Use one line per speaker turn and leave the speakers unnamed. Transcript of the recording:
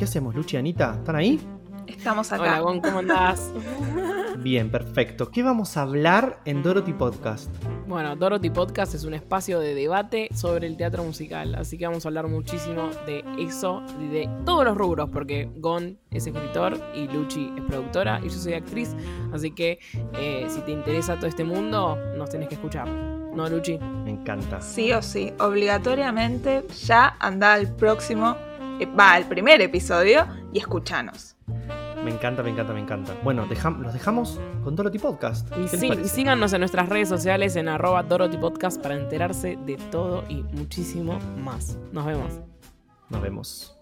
¿Qué hacemos, Lucianita? ¿Están ahí?
Estamos acá.
Hola, Gon, ¿cómo andás?
Bien, perfecto. ¿Qué vamos a hablar en Dorothy Podcast?
Bueno, Dorothy Podcast es un espacio de debate sobre el teatro musical, así que vamos a hablar muchísimo de eso y de todos los rubros, porque Gon es escritor y Luchi es productora y yo soy actriz, así que eh, si te interesa todo este mundo, nos tenés que escuchar. ¿No, Luchi?
Me encanta.
Sí o sí, obligatoriamente ya anda al próximo, eh, va al primer episodio y escúchanos.
Me encanta, me encanta, me encanta. Bueno, dejam- los dejamos con Dorothy Podcast. ¿Qué
Y,
les
sí, y
parece?
síganos en nuestras redes sociales en arroba Dorothy Podcast para enterarse de todo y muchísimo más. Nos vemos.
Nos vemos.